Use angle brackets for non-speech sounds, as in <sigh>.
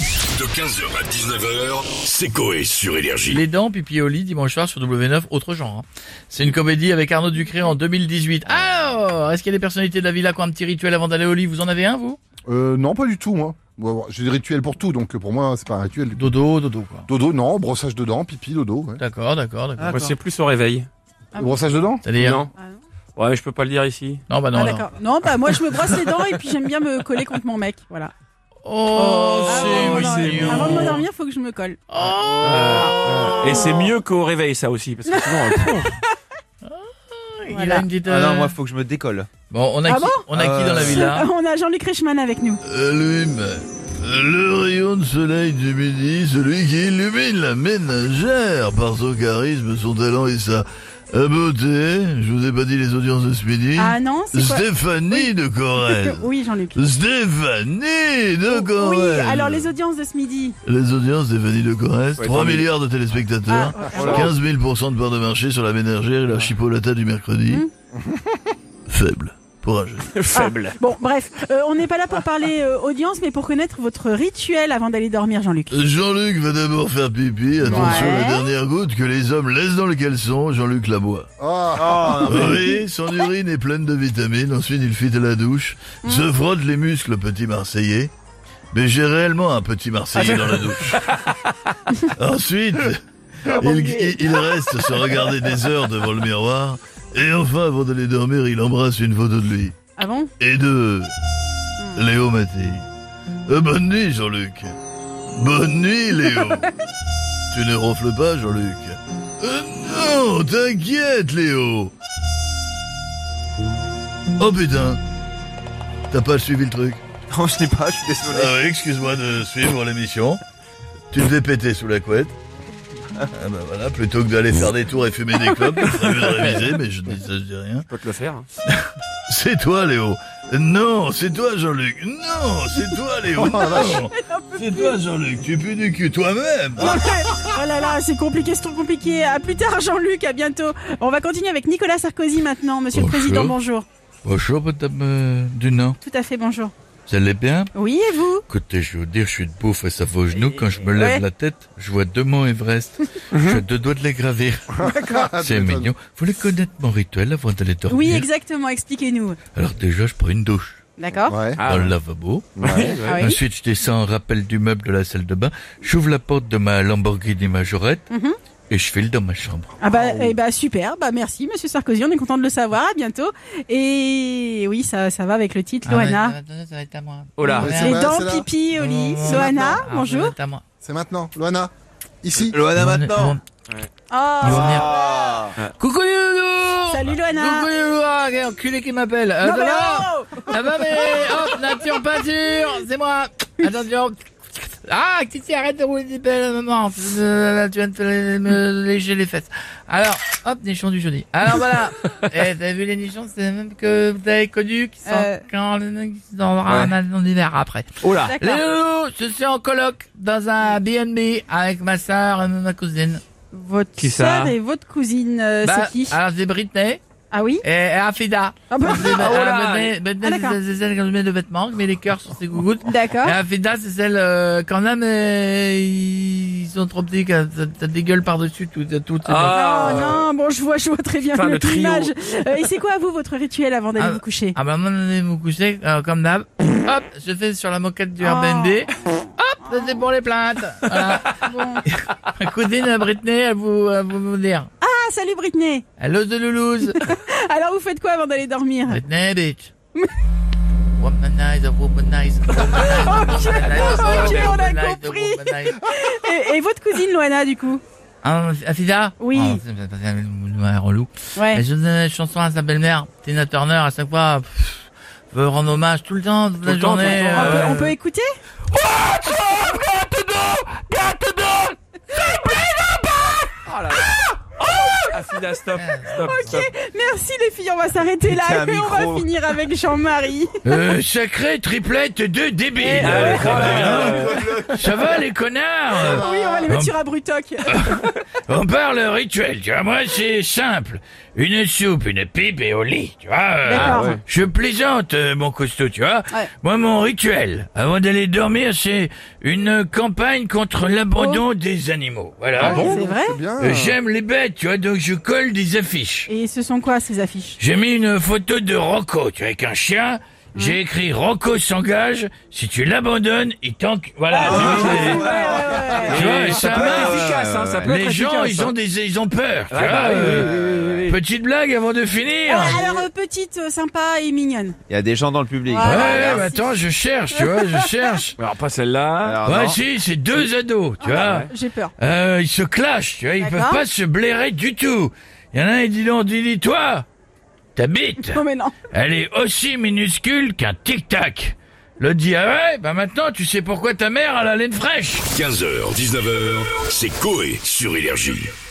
De 15h à 19h, c'est Coé sur Énergie. Les dents pipi au lit dimanche soir sur W9, autre genre. hein. C'est une comédie avec Arnaud Ducré en 2018. Alors, est-ce qu'il y a des personnalités de la villa qui ont un petit rituel avant d'aller au lit Vous en avez un, vous Euh, non, pas du tout, moi. Bon, J'ai des rituels pour tout, donc euh, pour moi, c'est pas un rituel. du coup. Dodo, dodo, quoi. Dodo, non. Brossage de dents, pipi, dodo. ouais. D'accord, d'accord, d'accord. Moi, c'est plus au réveil. Ah. Le brossage de dents C'est-à-dire Ah Non. Ouais, je peux pas le dire ici. Non, bah non, ah, non. d'accord. Non, bah moi je me brosse les dents et puis j'aime bien me coller contre mon mec. Voilà. Oh, Avant- c'est avant- mignon. Ah, Avant de m'endormir, faut que je me colle. Euh, Et c'est mieux qu'au réveil, ça aussi, parce que <laughs> souvent. euh, Il Voilà. a une petite, Ah non, euh, moi, faut que je me décolle. Bon, on a, Ah qui, bon on a qui Euh, dans la villa <laughs> On a Jean-Luc Reichmann avec nous. Allume le rayon de soleil du midi, celui qui illumine la ménagère par son charisme, son talent et sa beauté. Je vous ai pas dit les audiences de ce midi. Ah non, c'est quoi Stéphanie de Corrèze. <laughs> Oui, Jean-Luc. Stéphanie de Oui, Corrèze. alors les audiences de ce midi. Les audiences Stéphanie de Corrèze, Ouais, 3 3 000. milliards de téléspectateurs, Ah, 15 000% de part de marché sur la ménagère et la chipolata du mercredi. Hmm. Faible pour un jeune. Ah. Faible. Bon, bref, euh, on n'est pas là pour parler euh, audience, mais pour connaître votre rituel avant d'aller dormir, Jean-Luc. Jean-Luc va d'abord faire pipi. Attention, Ouais. la dernière goutte que les hommes laissent dans le caleçon, Jean-Luc la boit. Ah, <laughs> Oui, son urine est pleine de vitamines. Ensuite, il fuit à la douche, se frotte les muscles, petit Marseillais. Mais j'ai réellement un petit Marseillais dans la douche. Ensuite, il, il- il reste se regarder des heures devant le miroir. Et enfin, avant d'aller dormir, il embrasse une photo de lui Ah bon et de Léo Mattei. Euh, bonne nuit, Jean-Luc. Bonne nuit, Léo. tu ne ronfles pas, Jean-Luc. Euh, non, t'inquiète, Léo. Oh putain. T'as pas suivi le truc <laughs> Non, je l'ai pas, je suis désolé. Ah oui, excuse-moi de suivre l'émission. Tu te fais péter sous la <laughs> couette. Ah bah voilà, plutôt que d'aller faire des tours et fumer des clopes, t'aurais mieux de réviser, mais je dis ça, je dis rien. Je peux te le faire. hein. C'est toi, Léo. Non, c'est toi, Jean-Luc. Non, c'est toi, <laughs> Léo. Non, c'est toi, Jean-Luc. Tu pues du cul toi-même. Non, mais- Oh là là, c'est compliqué, c'est trop compliqué. À plus tard, Jean-Luc, à bientôt. On va continuer avec Nicolas Sarkozy maintenant. Monsieur Bonjour. le Président, bonjour. Bonjour, madame euh, Dunant. Tout à fait, bonjour. Vous allez bien Oui, et vous Écoutez, je vais vous dire, je suis debout face à vos genoux. Quand je me lève Ouais. Mhm. la tête, je vois deux monts <laughs> Everest. je suis à deux doigts de les gravir. C'est m'étonnes. mignon. Vous voulez connaître mon rituel avant d'aller dormir Oui, exactement, expliquez-nous. Alors déjà, je prends une douche D'accord ouais. Ah, dans le lavabo. ouais. Ah oui Ensuite, je descends en rappel du meuble de la salle de bain. J'ouvre la porte de ma Lamborghini Majorette Mhm. et je file dans ma chambre. Ah bah, eh bah super, bah merci Monsieur Sarkozy, on est content de le savoir, à bientôt. Et oui, ça, ça va avec le titre, Ah Loana. Oh là. Ouais, c'est Les là, dents c'est là. pipi au lit, Loana, Ah bonjour. C'est maintenant. Loana, ici. Loana, maintenant. Oh, Ah. Ah. Coucou les Ah, loulous salut Loana. Coucou les loulous Ah, quel enculé qui m'appelle Euh, Non, mais ça va oh Ça va mais <laughs> Hop, nature peinture C'est moi Attention Ah, Titi, arrête de rouler des belles maman Euh, Tu viens de te lé- me lécher les fesses. Alors, hop, nichons du jeudi. Alors voilà <laughs> Eh, T'as vu les nichons, c'est les mêmes que vous avez connus, qui sont Euh. quand le mec qui sont en hiver après. Oh là. Les D'accord. loulous, je suis en coloc dans un B&B avec ma sœur et ma cousine. Votre Qui ça sœur et votre cousine, euh, Bah, c'est qui Alors c'est Britney Ah oui et, et Afida. Ah bah, C'est- Ah, oh euh, là. Britney, Britney, Ah, d'accord. Ah. c'est c'est celle quand je mets de vêtements, qui met des cœurs sur ses gougouttes. <laughs> D'accord. Et Afida, c'est celle euh, quand même euh, ils sont trop petits, quand ça, ça dégueule par-dessus tout. tout c'est Ah. bon. Oh non, bon, je vois, je vois très bien Enfin, le notre trio. image. Euh, et c'est quoi, vous, votre rituel avant d'aller Ah, vous coucher Ah bah moi, je vais me coucher euh, comme d'hab. Hop, je fais sur la moquette du Oh. Airbnb. Hop, ça, c'est pour les plaintes. <laughs> Voilà. Bon. Ma cousine Britney, elle vous, elle vous, vous dire. Ah, salut Britney Hello the loulouse. Alors, vous faites quoi avant d'aller dormir Britney, <laughs> bitch. Womanizer, womanizer, Ah, Ah, Ah, womanizer. ok, on a womanizer, compris. womanizer. et, et votre cousine, Loana, du coup <laughs> Ah, Afida Oui. Eh. Oh, c'est- c'est- c'est un relou. Ouais. Elle chante une chanson à sa belle-mère, Tina Turner, à chaque fois, pff, veut rendre hommage tout le temps, toute la le temps, tout le journée. temps. On peut, euh, on peut écouter Oh là là. Ah, Fida, stop. Stop, stop. Merci les filles, on va s'arrêter là Tiens, un et <laughs> on va micro. finir avec Jean-Marie. Euh, sacré triplette de débiles. Ah, ouais. Oh là là. Loana. Ça va les connards euh, Oui, on va les mettre sur un brutoc. On parle rituel, tu vois. Moi, c'est simple. Une soupe, une pipe et au lit, tu vois. euh, D'accord. ah, Je plaisante, euh, mon costaud, tu vois. Ouais. Moi, mon rituel, avant d'aller dormir, c'est une campagne contre l'abandon Oh. des animaux. Ah Ah, Voilà. bon c'est vrai C'est bien. Euh, J'aime les bêtes, tu vois, donc je colle des affiches. Et ce sont quoi ces affiches J'ai mis une photo de Rocco, tu vois, avec un chien. Hmm. J'ai écrit Rocco s'engage, si tu l'abandonnes, il tank. Voilà. Ah. tu vois, c'est- tu vois, ça, ça peut être marche. efficace, hein, ça peut Les être gens, efficace, ils hein. ont des, ils ont peur. tu Ah, bah vois, oui, euh, oui, oui, oui, oui. Petite blague avant de finir. Ah, Alors, euh, petite, euh, sympa et mignonne. Il y a des gens dans le public. ouais, Voilà, ouais, merci. mais attends, je cherche, tu vois, je cherche. Alors pas celle-là. Alors, ouais, non. si, c'est deux ados, Ah, tu vois. J'ai peur. Euh, ils se clashent, tu vois, ils D'accord. peuvent pas se blairer du tout. Il y en a un, il dit non, dis toi, ta <laughs> bite, Non mais non. elle est aussi minuscule qu'un tic-tac. L'autre dit, ah ouais, bah maintenant, tu sais pourquoi ta mère a la laine fraîche. 15h, 19h, c'est Coé sur Énergie.